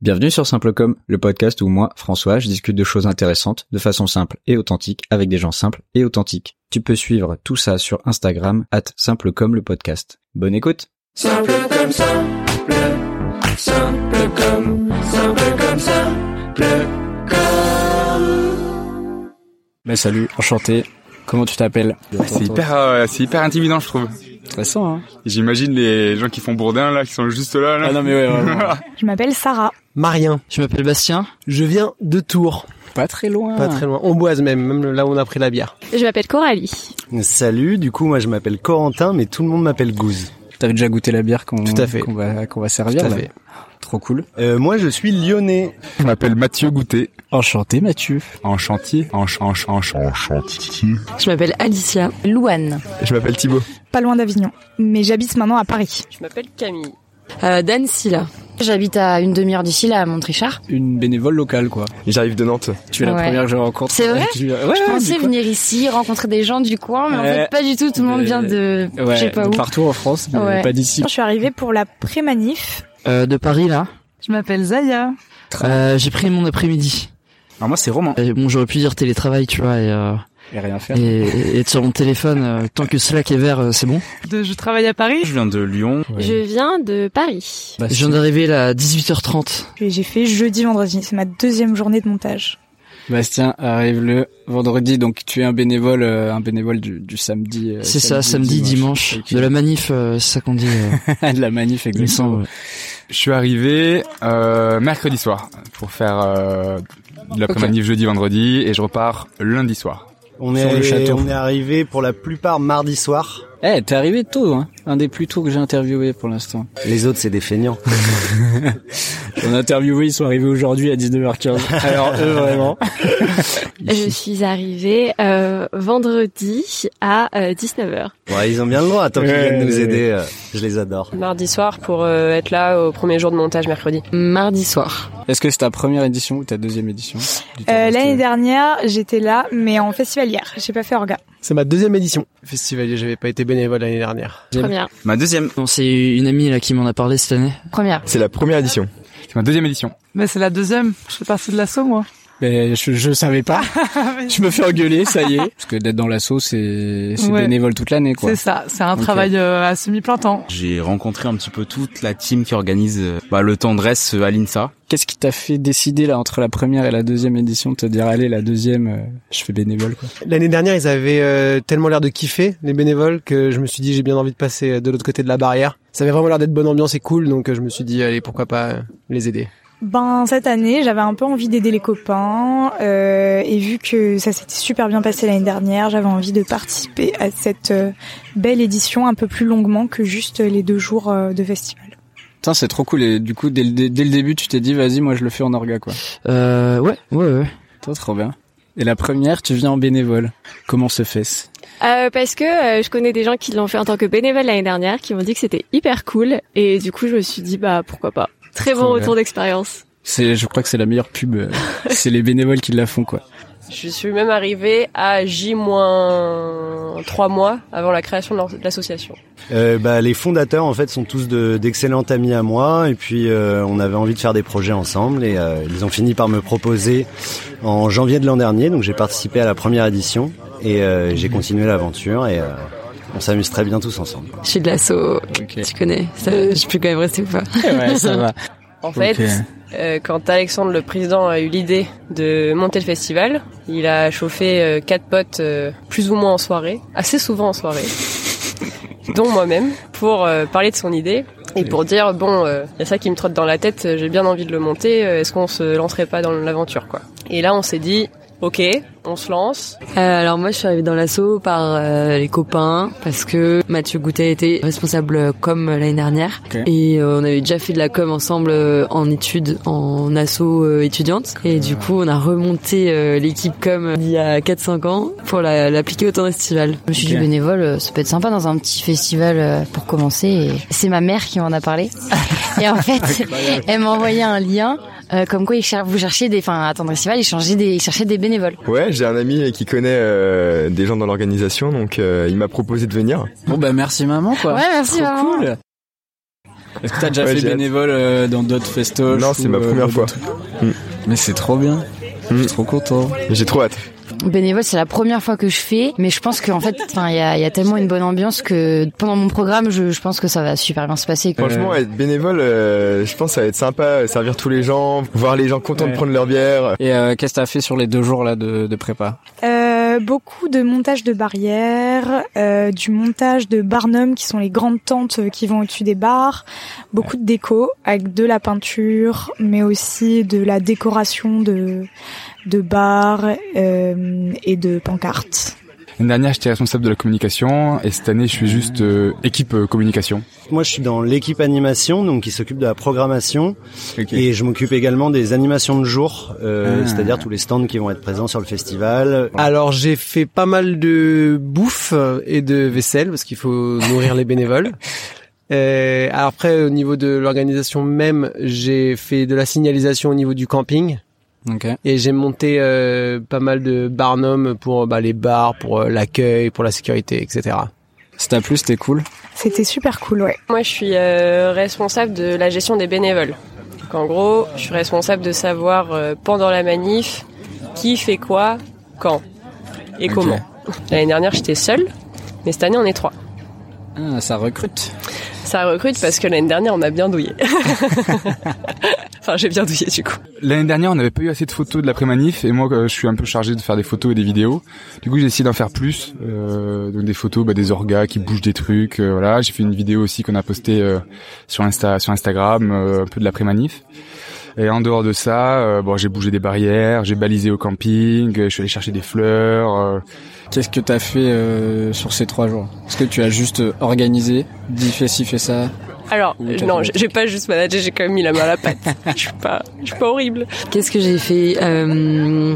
Bienvenue sur Simple Comme, le podcast où moi, François, je discute de choses intéressantes, de façon simple et authentique, avec des gens simples et authentiques. Tu peux suivre tout ça sur Instagram, at Simple Comme le podcast. Bonne écoute Simple comme simple, simple comme, simple comme simple comme. Mais Ben, salut, enchanté. Comment tu t'appelles C'est hyper, euh, c'est hyper intimidant, je trouve. intéressant, hein J'imagine les gens qui font Bourdin là, qui sont juste là. là. Ah non mais ouais, vraiment. Je m'appelle Sarah. Marien, Je m'appelle Bastien. je viens de Tours, Pas très loin. pas très loin, Amboise même, même là où on a pris la bière. Je m'appelle Coralie. Salut, du coup moi je m'appelle Corentin mais tout le monde m'appelle Gouze. T'avais déjà goûté la bière qu'on Tout à fait. qu'on va, qu'on va servir Tout à là. fait. Trop cool. Euh, moi je suis lyonnais. Je m'appelle Mathieu Goutet. Enchanté Mathieu. En chantier. En, ch- en, ch- en, ch- Je m'appelle Alicia. Louane. Je m'appelle Thibaut. Pas loin d'Avignon. Mais j'habite maintenant à Paris. Je m'appelle Camille. Euh, d'Annecy, là. J'habite à une demi-heure d'ici, là, à Montrichard. Une bénévole locale quoi. J'arrive de Nantes. Tu es la Ouais. première que je rencontre. C'est vrai Tu- Ouais, ouais, Je du pensais coup. venir ici, rencontrer des gens du coin, mais Ouais. en fait, pas du tout. Tout le monde Mais- vient de... Ouais, je sais pas de où. partout en France, mais Ouais. pas d'ici. Je suis arrivée pour la pré-manif. Euh, de Paris, là. Je m'appelle Zaya. Euh, j'ai pris mon après-midi. Alors Ah, moi c'est Romain. Et bon, j'aurais pu dire télétravail, tu vois, et, euh, Et rien faire. et, et être sur mon téléphone, euh, tant que Slack est vert, euh, c'est bon. je travaille à Paris. Je viens de Lyon. Je viens de Paris. Bah, Je viens d'arriver là à 18h30. Et j'ai fait jeudi, vendredi. C'est ma deuxième journée de montage. Bastien arrive le vendredi, donc tu es un bénévole, euh, un bénévole du, du samedi. euh, C'est ça, samedi, dimanche. Ok. De la manif, euh, c'est ça qu'on dit, euh, de la manif, il me exactement. semble. Je suis arrivé euh, mercredi soir pour faire euh, de la manif jeudi, vendredi, et je repars lundi soir. On Sur est, le château. on est arrivé pour la plupart mardi soir. Eh, t'es arrivé tôt, hein. Un des plus tôt que j'ai interviewé pour l'instant. Les autres c'est des feignants. J'en ai interviewé, ils sont arrivés aujourd'hui à 19h15. Alors eux, vraiment. Je suis arrivée euh, vendredi à euh, 19h. Ouais, ils ont bien le droit, tant qu'ils Ouais, viennent nous ouais, aider, euh, je les adore. Mardi soir pour euh, être là au premier jour de montage mercredi. Mardi soir. Est-ce que c'est ta première édition ou ta deuxième édition Euh, du Tour L'année Reste dernière, j'étais là, mais en festivalière. J'ai pas fait orga. C'est ma deuxième édition festivalier, j'avais pas été bénévole l'année dernière. Première. Ma deuxième. Non, c'est une amie là qui m'en a parlé cette année. Première. C'est la première édition. C'est ma deuxième édition. Mais c'est la deuxième. Je fais partie de l'assaut, moi. Mais je, je savais pas. je me fais engueuler, ça y est. Parce que d'être dans l'assaut, c'est c'est Ouais. bénévole toute l'année, quoi. C'est ça. C'est un Ok. travail euh, à semi-plein temps. J'ai rencontré un petit peu toute la team qui organise euh, bah, le tendresse à l'INSA. Qu'est-ce qui t'a fait décider là entre la première et la deuxième édition de te dire allez la deuxième, euh, je fais bénévole quoi. L'année dernière, ils avaient euh, tellement l'air de kiffer les bénévoles que je me suis dit j'ai bien envie de passer euh, de l'autre côté de la barrière. Ça avait vraiment l'air d'être bonne ambiance et cool, donc euh, je me suis dit allez pourquoi pas euh, les aider. Ben cette année, j'avais un peu envie d'aider les copains euh, et vu que ça s'était super bien passé l'année dernière, j'avais envie de participer à cette euh, belle édition un peu plus longuement que juste les deux jours euh, de festival. Putain, c'est trop cool. Et du coup, dès le, dès- dès le début, tu t'es dit vas-y, moi je le fais en orga quoi. Euh, ouais, ouais, ouais. Toi, trop bien. Et la première, tu viens en bénévole. Comment se fait-ce Euh, parce que euh, je connais des gens qui l'ont fait en tant que bénévole l'année dernière, qui m'ont dit que c'était hyper cool. Et du coup, je me suis dit, bah, pourquoi pas. Très bon Trop retour d'expérience. C'est, je crois que c'est la meilleure pub. euh, c'est les bénévoles qui la font quoi. Je suis même arrivée à J-3 mois avant la création de l'or- de l'association. Euh, bah, les fondateurs en fait sont tous de- d'excellents amis à moi et puis euh, on avait envie de faire des projets ensemble et euh, ils ont fini par me proposer en janvier de l'an dernier donc j'ai participé à la première édition et euh, j'ai continué l'aventure et euh, on s'amuse très bien tous ensemble. Je suis de l'assaut. Tu connais. Ça, je peux quand même rester ou pas. Eh ouais, ça va. En fait, euh, quand Alexandre, le président, a eu l'idée de monter le festival, il a chauffé euh, quatre potes euh, plus ou moins en soirée, assez souvent en soirée, dont moi-même, pour euh, parler de son idée et pour dire bon, euh, il y a ça qui me trotte dans la tête, euh, j'ai bien envie de le monter, euh, est-ce qu'on se lancerait pas dans l'aventure quoi Et là, on s'est dit ok, on se lance. Euh, alors moi je suis arrivée dans l'assaut par euh, les copains parce que Mathieu Goutet était responsable euh, com l'année dernière Ok. et euh, on avait déjà fait de la com ensemble euh, en études en assaut euh, étudiante et du coup on a remonté euh, l'équipe com il y a 4-5 ans pour la- l'appliquer au temps estival. Je suis bénévole. euh, euh, Ouais, j'ai un ami qui connaît euh, des gens dans l'organisation, donc il m'a proposé de venir. Bon bah merci maman quoi. Ouais, merci maman. Cool. Est-ce que t'as déjà Ouais, fait j'ai hâte. bénévole euh, dans d'autres festoches Non, c'est ou, ma euh, première dans fois. d'autres trucs Mais c'est trop bien. Je suis trop content. Hmm. J'ai trop hâte. Bénévole, c'est la première fois que je fais, mais je pense qu'en fait, enfin, il y a, il y a tellement une bonne ambiance que pendant mon programme, je, je pense que ça va super bien se passer. Euh. Franchement, être bénévole, euh, je pense que ça va être sympa, euh, servir tous les gens, voir les gens contents Ouais. de prendre leur bière. Et euh, qu'est-ce que t'as fait sur les deux jours là de, de prépa Euh, beaucoup de montage de barrières, euh, du montage de barnum qui sont les grandes tentes euh, qui vont au-dessus des bars, beaucoup de déco avec de la peinture, mais aussi de la décoration de de bars euh, et de pancartes. L'année dernière, j'étais responsable de la communication et cette année, je suis juste euh, équipe euh, communication. Moi, je suis dans l'équipe animation, donc qui s'occupe de la programmation. Et je m'occupe également des animations de jour, euh, Ah. c'est-à-dire tous les stands qui vont être présents sur le festival. Alors j'ai fait pas mal de bouffe et de vaisselle parce qu'il faut nourrir les bénévoles. Euh, alors après au niveau de l'organisation même, j'ai fait de la signalisation au niveau du camping. Ok. Et j'ai monté euh, pas mal de barnum pour bah, les bars, pour euh, l'accueil, pour la sécurité, etc. Si t'as plu, c'était cool. C'était super cool, ouais. Moi, je suis euh, responsable de la gestion des bénévoles. Donc, en gros, je suis responsable de savoir euh, pendant la manif qui fait quoi, quand et Ok. comment. L'année dernière, j'étais seule, mais cette année, on est trois. Ah, ça recrute. Ça recrute parce que l'année dernière, on a bien douillé. enfin, j'ai bien douillé du coup. L'année dernière, on n'avait pas eu assez de photos de l'après-manif et moi, euh, je suis un peu chargé de faire des photos et des vidéos. Du coup, j'ai essayé d'en faire plus. euh, donc des photos, bah, des orgas qui bougent des trucs. euh, voilà, j'ai fait une vidéo aussi qu'on a postée euh, sur Insta, sur Instagram, euh, un peu de l'après-manif. Et en dehors de ça, euh, bon, j'ai bougé des barrières, j'ai balisé au camping, euh, je suis allé chercher des fleurs. euh, Qu'est-ce que t'as fait euh, sur ces trois jours Est-ce que tu as juste euh, organisé, dit fait ci, fait ça Alors, Oui, euh, t'as non, fait. j'ai j'ai pas juste managé, j'ai quand même mis la main à la pâte. Je suis pas, je suis pas horrible. Qu'est-ce que j'ai fait euh...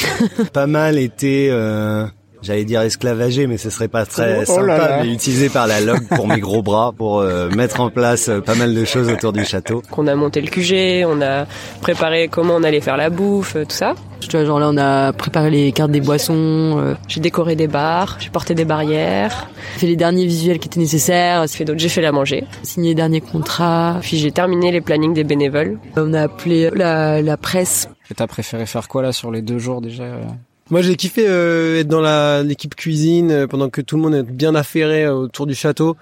pas mal été, euh, j'allais dire esclavagé, mais ce serait pas très Oh sympa, là là. mais utilisé par la log pour mes gros bras pour euh, mettre en place euh, pas mal de choses autour du château. Qu'on a monté le QG, on a préparé comment on allait faire la bouffe, euh, tout ça. Tu vois, genre là, on a préparé les cartes des boissons. euh, J'ai décoré des bars, j'ai porté des barrières, fait les derniers visuels qui étaient nécessaires. J'ai fait d'autres, j'ai fait la manger. Signé les derniers contrats. Puis j'ai terminé les plannings des bénévoles. On a appelé la, la presse. Et t'as préféré faire quoi là sur les deux jours déjà euh Moi j'ai kiffé euh, être dans la l'équipe cuisine euh, pendant que tout le monde est bien affairé euh, autour du château,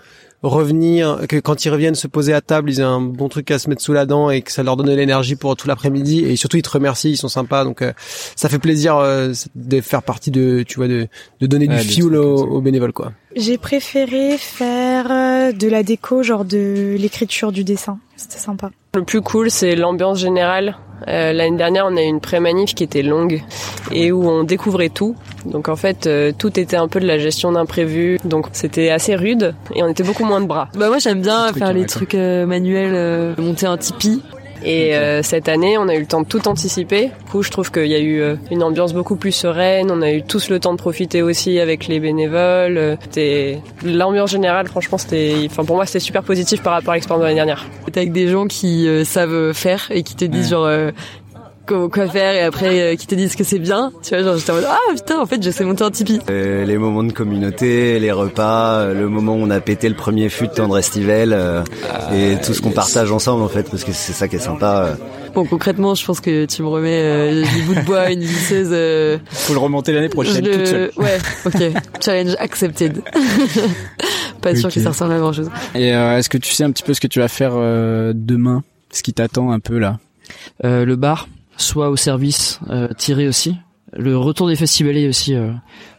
revenir que quand ils reviennent se poser à table, ils aient un bon truc à se mettre sous la dent et que ça leur donne de l'énergie pour tout l'après-midi et surtout ils te remercient, ils sont sympas donc euh, ça fait plaisir euh, de faire partie de tu vois de de donner Ouais, du des fuel aux, aux bénévoles quoi. J'ai préféré faire euh, de la déco, genre de l'écriture, du dessin. C'était sympa. Le plus cool, c'est l'ambiance générale. Euh, L'année dernière, on a eu une pré-manif qui était longue et où on découvrait tout. Donc en fait, euh, tout était un peu de la gestion d'imprévus. Donc c'était assez rude et on était beaucoup moins de bras. Bah moi j'aime bien truc, faire les ouais, trucs euh, manuels, euh, monter un Tipeee. Et euh, cette année, on a eu le temps de tout anticiper. Du coup, je trouve qu'il y a eu euh, une ambiance beaucoup plus sereine. On a eu tous le temps de profiter aussi avec les bénévoles. Euh, C'était l'ambiance générale. Franchement, c'était, enfin pour moi, c'était super positif par rapport à l'expérience de l'année dernière. T'es avec des gens qui euh, savent faire et qui te disent Ouais. genre euh, co- quoi faire et après euh, qui te disent que c'est bien. Tu vois genre j'étais en mode ah putain en fait je sais monter un Tipeee. Euh, les moments de communauté, les repas, euh, le moment où on a pété le premier fût de tendre estivale euh, et tout ce Ah, qu'on partage ensemble en fait, parce que c'est ça qui est sympa. euh. Bon concrètement je pense que tu me remets euh, des bouts de bois, une visseuse. euh, Faut le remonter l'année prochaine je le- toute seule. Ouais ok challenge accepted. Pas sûr Ok. que ça ressemble à grand chose. Et euh, est-ce que tu sais un petit peu ce que tu vas faire euh, demain Ce qui t'attend un peu là Euh, le bar, soit au service, euh, tiré aussi. Le retour des festivaliers aussi, euh,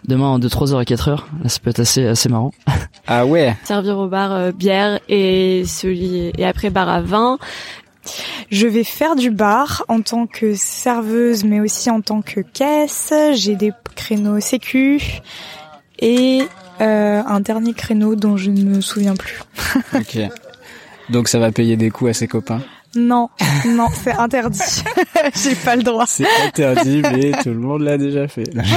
demain en 2, 3 heures et 4 heures. Là, ça peut être assez, assez marrant. Ah Eh. ouais servir au bar euh, bière et celui et après bar à vin. Je vais faire du bar en tant que serveuse, mais aussi en tant que caisse. J'ai des créneaux sécu et euh, un dernier créneau dont je ne me souviens plus. Ok. Donc ça va payer des coups à ses copains. Non, non, c'est interdit. J'ai pas le droit. C'est interdit, mais tout le monde l'a déjà fait.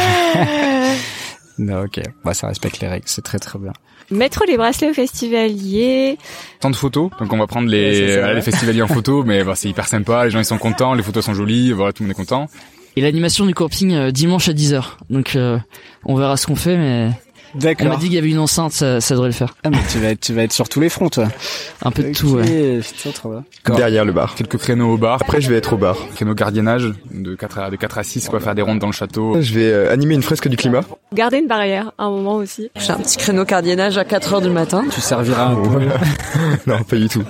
non, ok. Bah, ça respecte les règles. C'est très très bien. Mettre les bracelets au festivalier. Tant de photos, donc on va prendre les, Ouais, ça, c'est voilà, vrai. les festivaliers en photo, mais bah, c'est hyper sympa, les gens ils sont contents, les photos sont jolies, voilà, tout le monde est content. Et l'animation du camping euh, dimanche à 10h. Donc euh, on verra ce qu'on fait, mais D'accord. Elle m'a dit qu'il y avait une enceinte, ça, ça devrait le faire. Ah, mais tu vas, être, tu vas être sur tous les fronts, toi. Un peu de tout, Ok, ouais. putain, trop bien. Derrière le bar. Quelques créneaux au bar. Après, je vais être au bar. Créneaux gardiennage de 4 à, de 4 à 6, quoi, faire des rondes dans le château. Je vais euh, animer une fresque du climat. Garder une barrière, à un moment aussi. J'ai un petit créneau cardiennage à 4h du matin. Tu serviras un peu. non, pas du tout.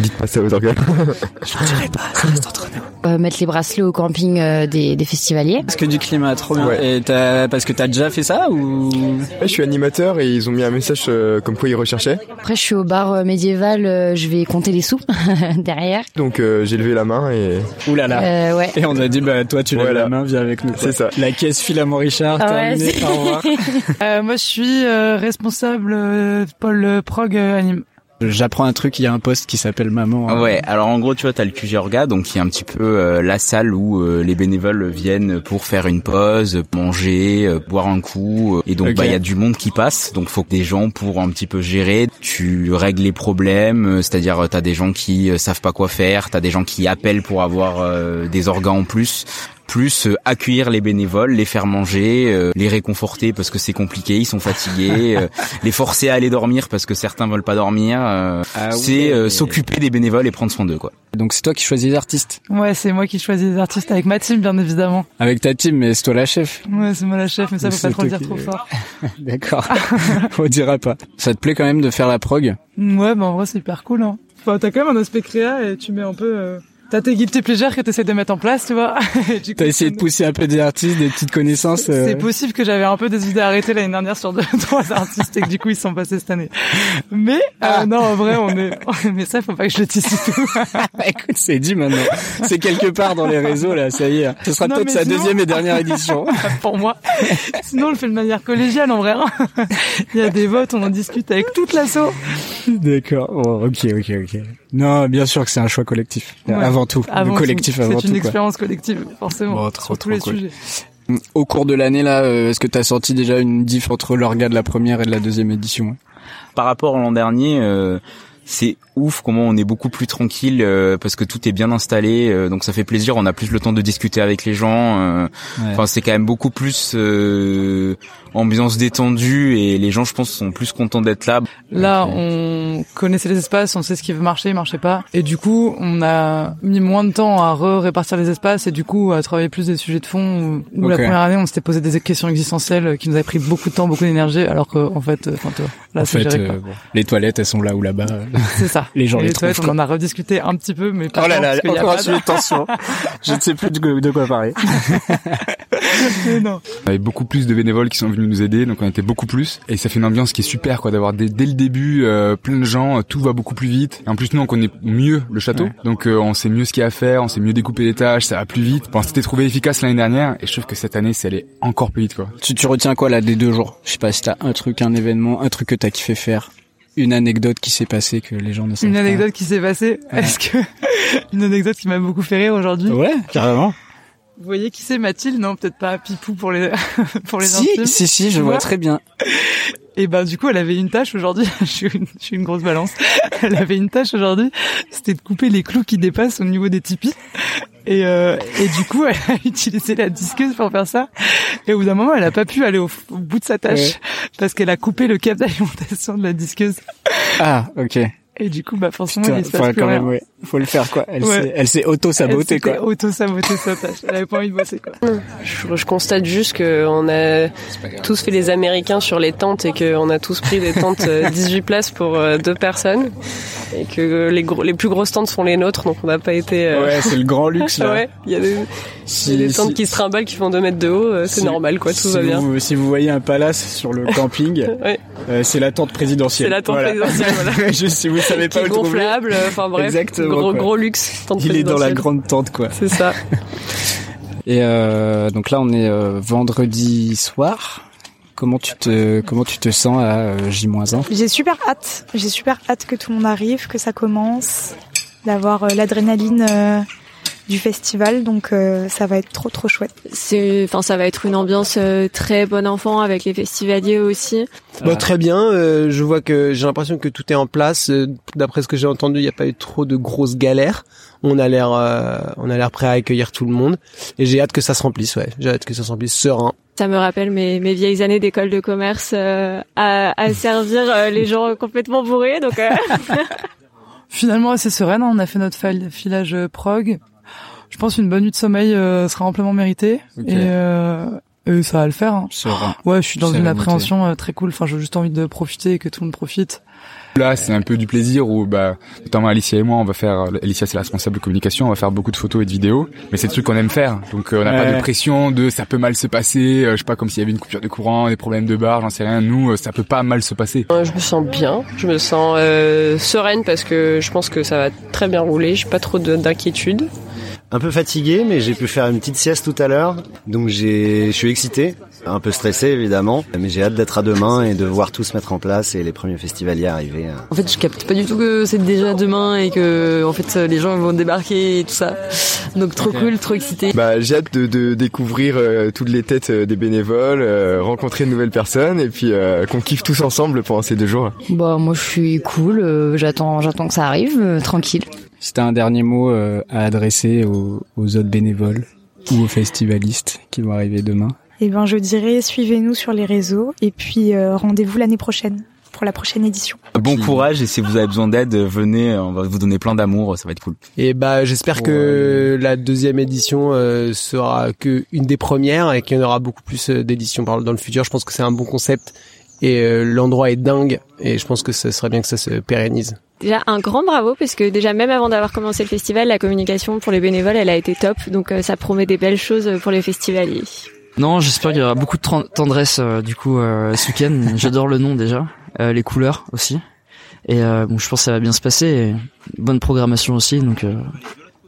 Dites pas ça aux organes. Euh, mettre les bracelets au camping euh, des, des festivaliers. Parce que du climat, Ah, trop bien. Et t'as- parce que t'as déjà fait ça ou Je suis animateur et ils ont mis un message euh, comme quoi ils recherchaient. Après, je suis au bar euh, médiéval, euh, je vais compter les sous derrière. Donc euh, j'ai levé la main et. Ouh là là. Euh, ouais. Et on a dit bah toi tu lèves la main, viens avec nous. C'est ça. La caisse file à mon Richard, Ah ouais, terminé. c'est- Au revoir. Euh, moi, je suis euh, responsable euh, pôle euh, prog euh, anime. J'apprends un truc, il y a un poste qui s'appelle maman. hein. Ah Ouais, alors en gros, tu vois, t'as le QG Orga, donc qui est un petit peu euh, la salle où euh, les bénévoles viennent pour faire une pause, manger, euh, boire un coup, euh, et donc Ok. bah il y a du monde qui passe, donc faut que des gens pour un petit peu gérer. Tu règles les problèmes, euh, c'est-à-dire euh, t'as des gens qui euh, savent pas quoi faire, t'as des gens qui appellent pour avoir euh, des orgas en plus plus euh, accueillir les bénévoles, les faire manger, euh, les réconforter parce que c'est compliqué, ils sont fatigués, euh, les forcer à aller dormir parce que certains veulent pas dormir. euh, c'est euh, s'occuper des bénévoles et prendre soin d'eux, quoi. Donc c'est toi qui choisis les artistes Ouais, c'est moi qui choisis les artistes avec ma team, bien évidemment. avec ta team, mais c'est toi la chef. Ouais, c'est moi la chef, mais ça Mais faut pas c'est trop le toi dire trop qui- fort. D'accord. On dira pas. Ça te plaît quand même de faire la prog Ouais, bah en vrai, c'est hyper cool. Hein. Enfin, t'as quand même un aspect créa et tu mets un peu... euh, T'as tes guilty pleasures que t'essaies de mettre en place, tu vois. Et du coup, T'as essayé de pousser un peu des artistes, des petites connaissances. euh, C'est possible que j'avais un peu des idées arrêtées l'année dernière sur deux, trois artistes et que du coup ils sont passés cette année. Mais euh, Ah. non, en vrai, on est. Mais ça, faut pas que je le tisse du tout. Bah, Écoute, c'est dit maintenant. C'est quelque part dans les réseaux là, ça y est. Ce sera Non, peut-être mais sa sinon- deuxième et dernière édition. Pour moi. Sinon, on le fait de manière collégiale en vrai. hein. Il y a des votes, on en discute avec toute l'assaut. D'accord. Oh, Bon, ok, ok, ok. Non, bien sûr que c'est un choix collectif. Avant tout, le collectif avant C'est tout, une quoi. expérience collective, forcément. Bon, trop, sur tous trop les cool. sujets. Au cours de l'année là, euh, est-ce que t'as sorti déjà une diff entre l'orga de la première et de la deuxième édition Par rapport à l'an dernier, euh, c'est ouf comment on est beaucoup plus tranquille euh, parce que tout est bien installé, euh, donc ça fait plaisir. On a plus le temps de discuter avec les gens. euh, Ouais. Enfin, c'est quand même beaucoup plus euh, ambiance détendue et les gens, je pense, sont plus contents d'être là. Là, on connaissait les espaces, on sait ce qui marchait, marchait pas. Et du coup, on a mis moins de temps à répartir les espaces et du coup à travailler plus des sujets de fond. Où, où la Ok. première année, on s'était posé des questions existentielles qui nous avaient pris beaucoup de temps, beaucoup d'énergie, alors qu'en fait, euh, enfin, tu vois, là, En c'est fait, géré, quoi. euh, bon, les toilettes elles sont là ou là-bas. C'est ça. les gens Et les, toilettes, trouvent. on en a rediscuté un petit peu, mais quoi. pas Oh là tant, là, parce qu'il y a encore un pas de- sujet de tension. Je ne sais plus de de quoi parler. Mais non. On avait beaucoup plus de bénévoles qui sont venus nous aider, donc on était beaucoup plus. Et ça fait une ambiance qui est super, quoi, d'avoir dès, dès le début euh, plein de gens, euh, tout va beaucoup plus vite. Et en plus, nous, on connaît mieux le château, Ouais. donc euh, on sait mieux ce qu'il y a à faire, on sait mieux découper les tâches, ça va plus vite. Enfin, c'était trouvé efficace l'année dernière, et je trouve que cette année, c'est allé encore plus vite, quoi. Tu, tu retiens quoi là des deux jours Je sais pas si t'as un truc, un événement, un truc que t'as kiffé faire, une anecdote qui s'est passée que les gens ne savent Une pas. anecdote qui s'est passée. Est-ce que une anecdote qui m'a beaucoup fait rire aujourd'hui Ouais, carrément. Vous voyez qui c'est Mathilde Non, peut-être pas Pipou pour les pour les Si, intimes. si, si, je Tu vois très bien. Et ben du coup, elle avait une tâche aujourd'hui. je, suis une, je suis une grosse balance. Elle avait une tâche aujourd'hui. C'était de couper les clous qui dépassent au niveau des tipis. Et, euh, et du coup, elle a utilisé la disqueuse pour faire ça. Et au bout d'un moment, elle a pas pu aller au, au bout de sa tâche Ouais. parce qu'elle a coupé le câble d'alimentation de la disqueuse. Ah, ok. Et du coup, bah forcément, Putain, il se faut passe plus quand rien. même, ouais. Faut le faire quoi. Elle Ouais. s'est- elle s'est auto sabotée Elle s'était quoi. auto-sabotée sa tâche. Elle avait pas envie de bosser, quoi. Je, je constate juste qu'on a tous fait les Américains sur les tentes et qu'on a tous pris des tentes euh, 18 places pour euh, deux personnes et que euh, les, gros- les plus grosses tentes sont les nôtres donc on n'a pas été. euh, Ouais, c'est le grand luxe là. ouais, il y a des, Si- il y a des tentes si- qui se trimballent qui font 2 mètres de haut, euh, c'est Si- normal quoi, tout si va bien. Vous, si vous voyez un palace sur le camping, euh, c'est la tente présidentielle. C'est la tente Voilà. présidentielle, voilà. Juste si vous savez Qui pas est où le trouver. gonflable, euh, enfin bref, Exactement, gros, quoi. gros luxe. Tente Il est dans la présidentielle. grande tente, quoi. C'est ça. Et euh, donc là, on est euh, vendredi soir. Comment tu te comment tu te sens à euh, J-1 J'ai super hâte. J'ai super hâte que tout le monde arrive, que ça commence, d'avoir euh, l'adrénaline euh, du festival. Donc euh, ça va être trop trop chouette. C'est, enfin, ça va être une ambiance euh, très bonne enfant avec les festivaliers aussi. Bon, Bah, très bien. euh, je vois que j'ai l'impression que tout est en place. Euh, D'après ce que j'ai entendu, il n'y a pas eu trop de grosses galères. On a l'air, euh, on a l'air prêt à accueillir tout le monde. Et j'ai hâte que ça se remplisse. Ouais, j'ai hâte que ça se remplisse serein. ça me rappelle mes, mes vieilles années d'école de commerce euh, à, à servir euh, les gens complètement bourrés. Donc, euh, Finalement, assez sereine. hein. On a fait notre fil- filage euh, prog. Je pense une bonne nuit de sommeil euh, sera amplement méritée. Ok. Et, euh, et ça va le faire. hein. Serein. Ouais, je suis dans une Sérénité. appréhension euh, très cool. Enfin, j'ai juste envie de profiter et que tout le monde profite. Là, c'est un peu du plaisir où, bah, notamment Alicia et moi, on va faire, Alicia c'est la responsable de communication, on va faire beaucoup de photos et de vidéos, mais c'est le truc qu'on aime faire. Donc, euh, on n'a pas Ouais. de pression de ça peut mal se passer, euh, je sais pas, comme s'il y avait une coupure de courant, des problèmes de barre, j'en sais rien. Nous, euh, ça peut pas mal se passer. Euh, Je me sens bien, je me sens euh, sereine parce que je pense que ça va très bien rouler, j'ai pas trop de- d'inquiétude. Un peu fatigué, mais j'ai pu faire une petite sieste tout à l'heure, donc j'ai, je suis excité, un peu stressé évidemment, mais j'ai hâte d'être à demain et de voir tout se mettre en place et les premiers festivaliers arriver. euh. En fait, je capte pas du tout que c'est déjà demain et que en fait les gens vont débarquer et tout ça. Donc trop cool, trop excité. Bah, j'ai hâte de, de découvrir euh, toutes les têtes euh, des bénévoles, euh, rencontrer de nouvelles personnes et puis euh, qu'on kiffe tous ensemble pendant ces deux jours. Bah moi je suis cool, euh, j'attends j'attends que ça arrive, euh, tranquille. Si t'as un dernier mot euh, à adresser aux, aux autres bénévoles ou aux festivalistes qui vont arriver demain. Eh ben, je dirais, suivez-nous sur les réseaux et puis euh, rendez-vous l'année prochaine pour la prochaine édition. Bon courage et si vous avez besoin d'aide, venez, on va vous donner plein d'amour, ça va être cool. Et bah j'espère que la deuxième édition euh, sera que une des premières et qu'il y en aura beaucoup plus euh, d'éditions par- dans le futur. Je pense que c'est un bon concept et euh, l'endroit est dingue et je pense que ce serait bien que ça se pérennise. déjà un grand bravo parce que déjà même avant d'avoir commencé le festival, la communication pour les bénévoles, elle a été top. Donc euh, ça promet des belles choses pour les festivaliers. Non, j'espère qu'il y aura beaucoup de tren- tendresse euh, du coup euh, ce week-end. J'adore le nom déjà, euh, les couleurs aussi. Et euh, bon, je pense que ça va bien se passer. et bonne programmation aussi, donc euh,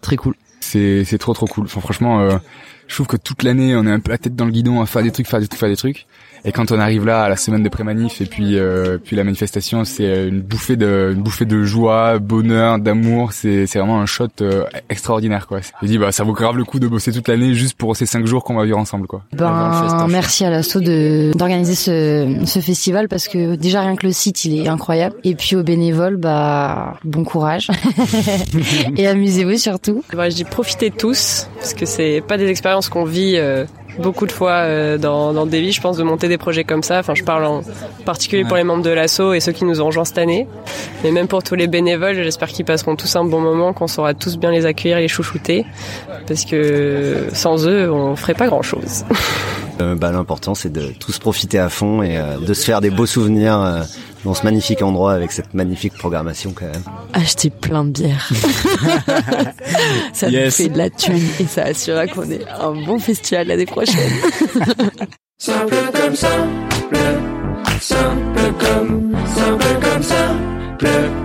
très cool. C'est, c'est trop trop cool. Enfin, franchement, euh, je trouve que toute l'année, on est un peu la tête dans le guidon à faire des trucs, faire des trucs, faire des trucs. Et quand on arrive là à la semaine de pré-manif et puis euh, puis la manifestation, c'est euh, une bouffée de une bouffée de joie, bonheur, d'amour. C'est c'est vraiment un shot euh, extraordinaire quoi. Je dis bah ça vaut grave le coup de bosser toute l'année juste pour ces cinq jours qu'on va vivre ensemble quoi. Ben, merci à l'assaut de d'organiser ce, ce festival parce que déjà rien que le site il est incroyable et puis aux bénévoles bah bon courage et amusez-vous surtout. Bah, je dis profitez tous parce que c'est pas des expériences qu'on vit euh, beaucoup de fois euh, dans, dans des vies. Je pense de monter des projets comme ça. Enfin, je parle en particulier pour les membres de l'asso et ceux qui nous ont rejoints cette année, mais même pour tous les bénévoles. J'espère qu'ils passeront tous un bon moment, qu'on saura tous bien les accueillir, les chouchouter, parce que sans eux, on ferait pas grand chose. Euh, bah, l'important c'est de tous profiter à fond et euh, de se faire des beaux souvenirs euh, dans ce magnifique endroit avec cette magnifique programmation quand même. Achetez plein de bière. ça nous Yes. fait de la thune et ça assurera qu'on ait un bon festival l'année prochaine. Simple comme simple, simple comme, simple comme simple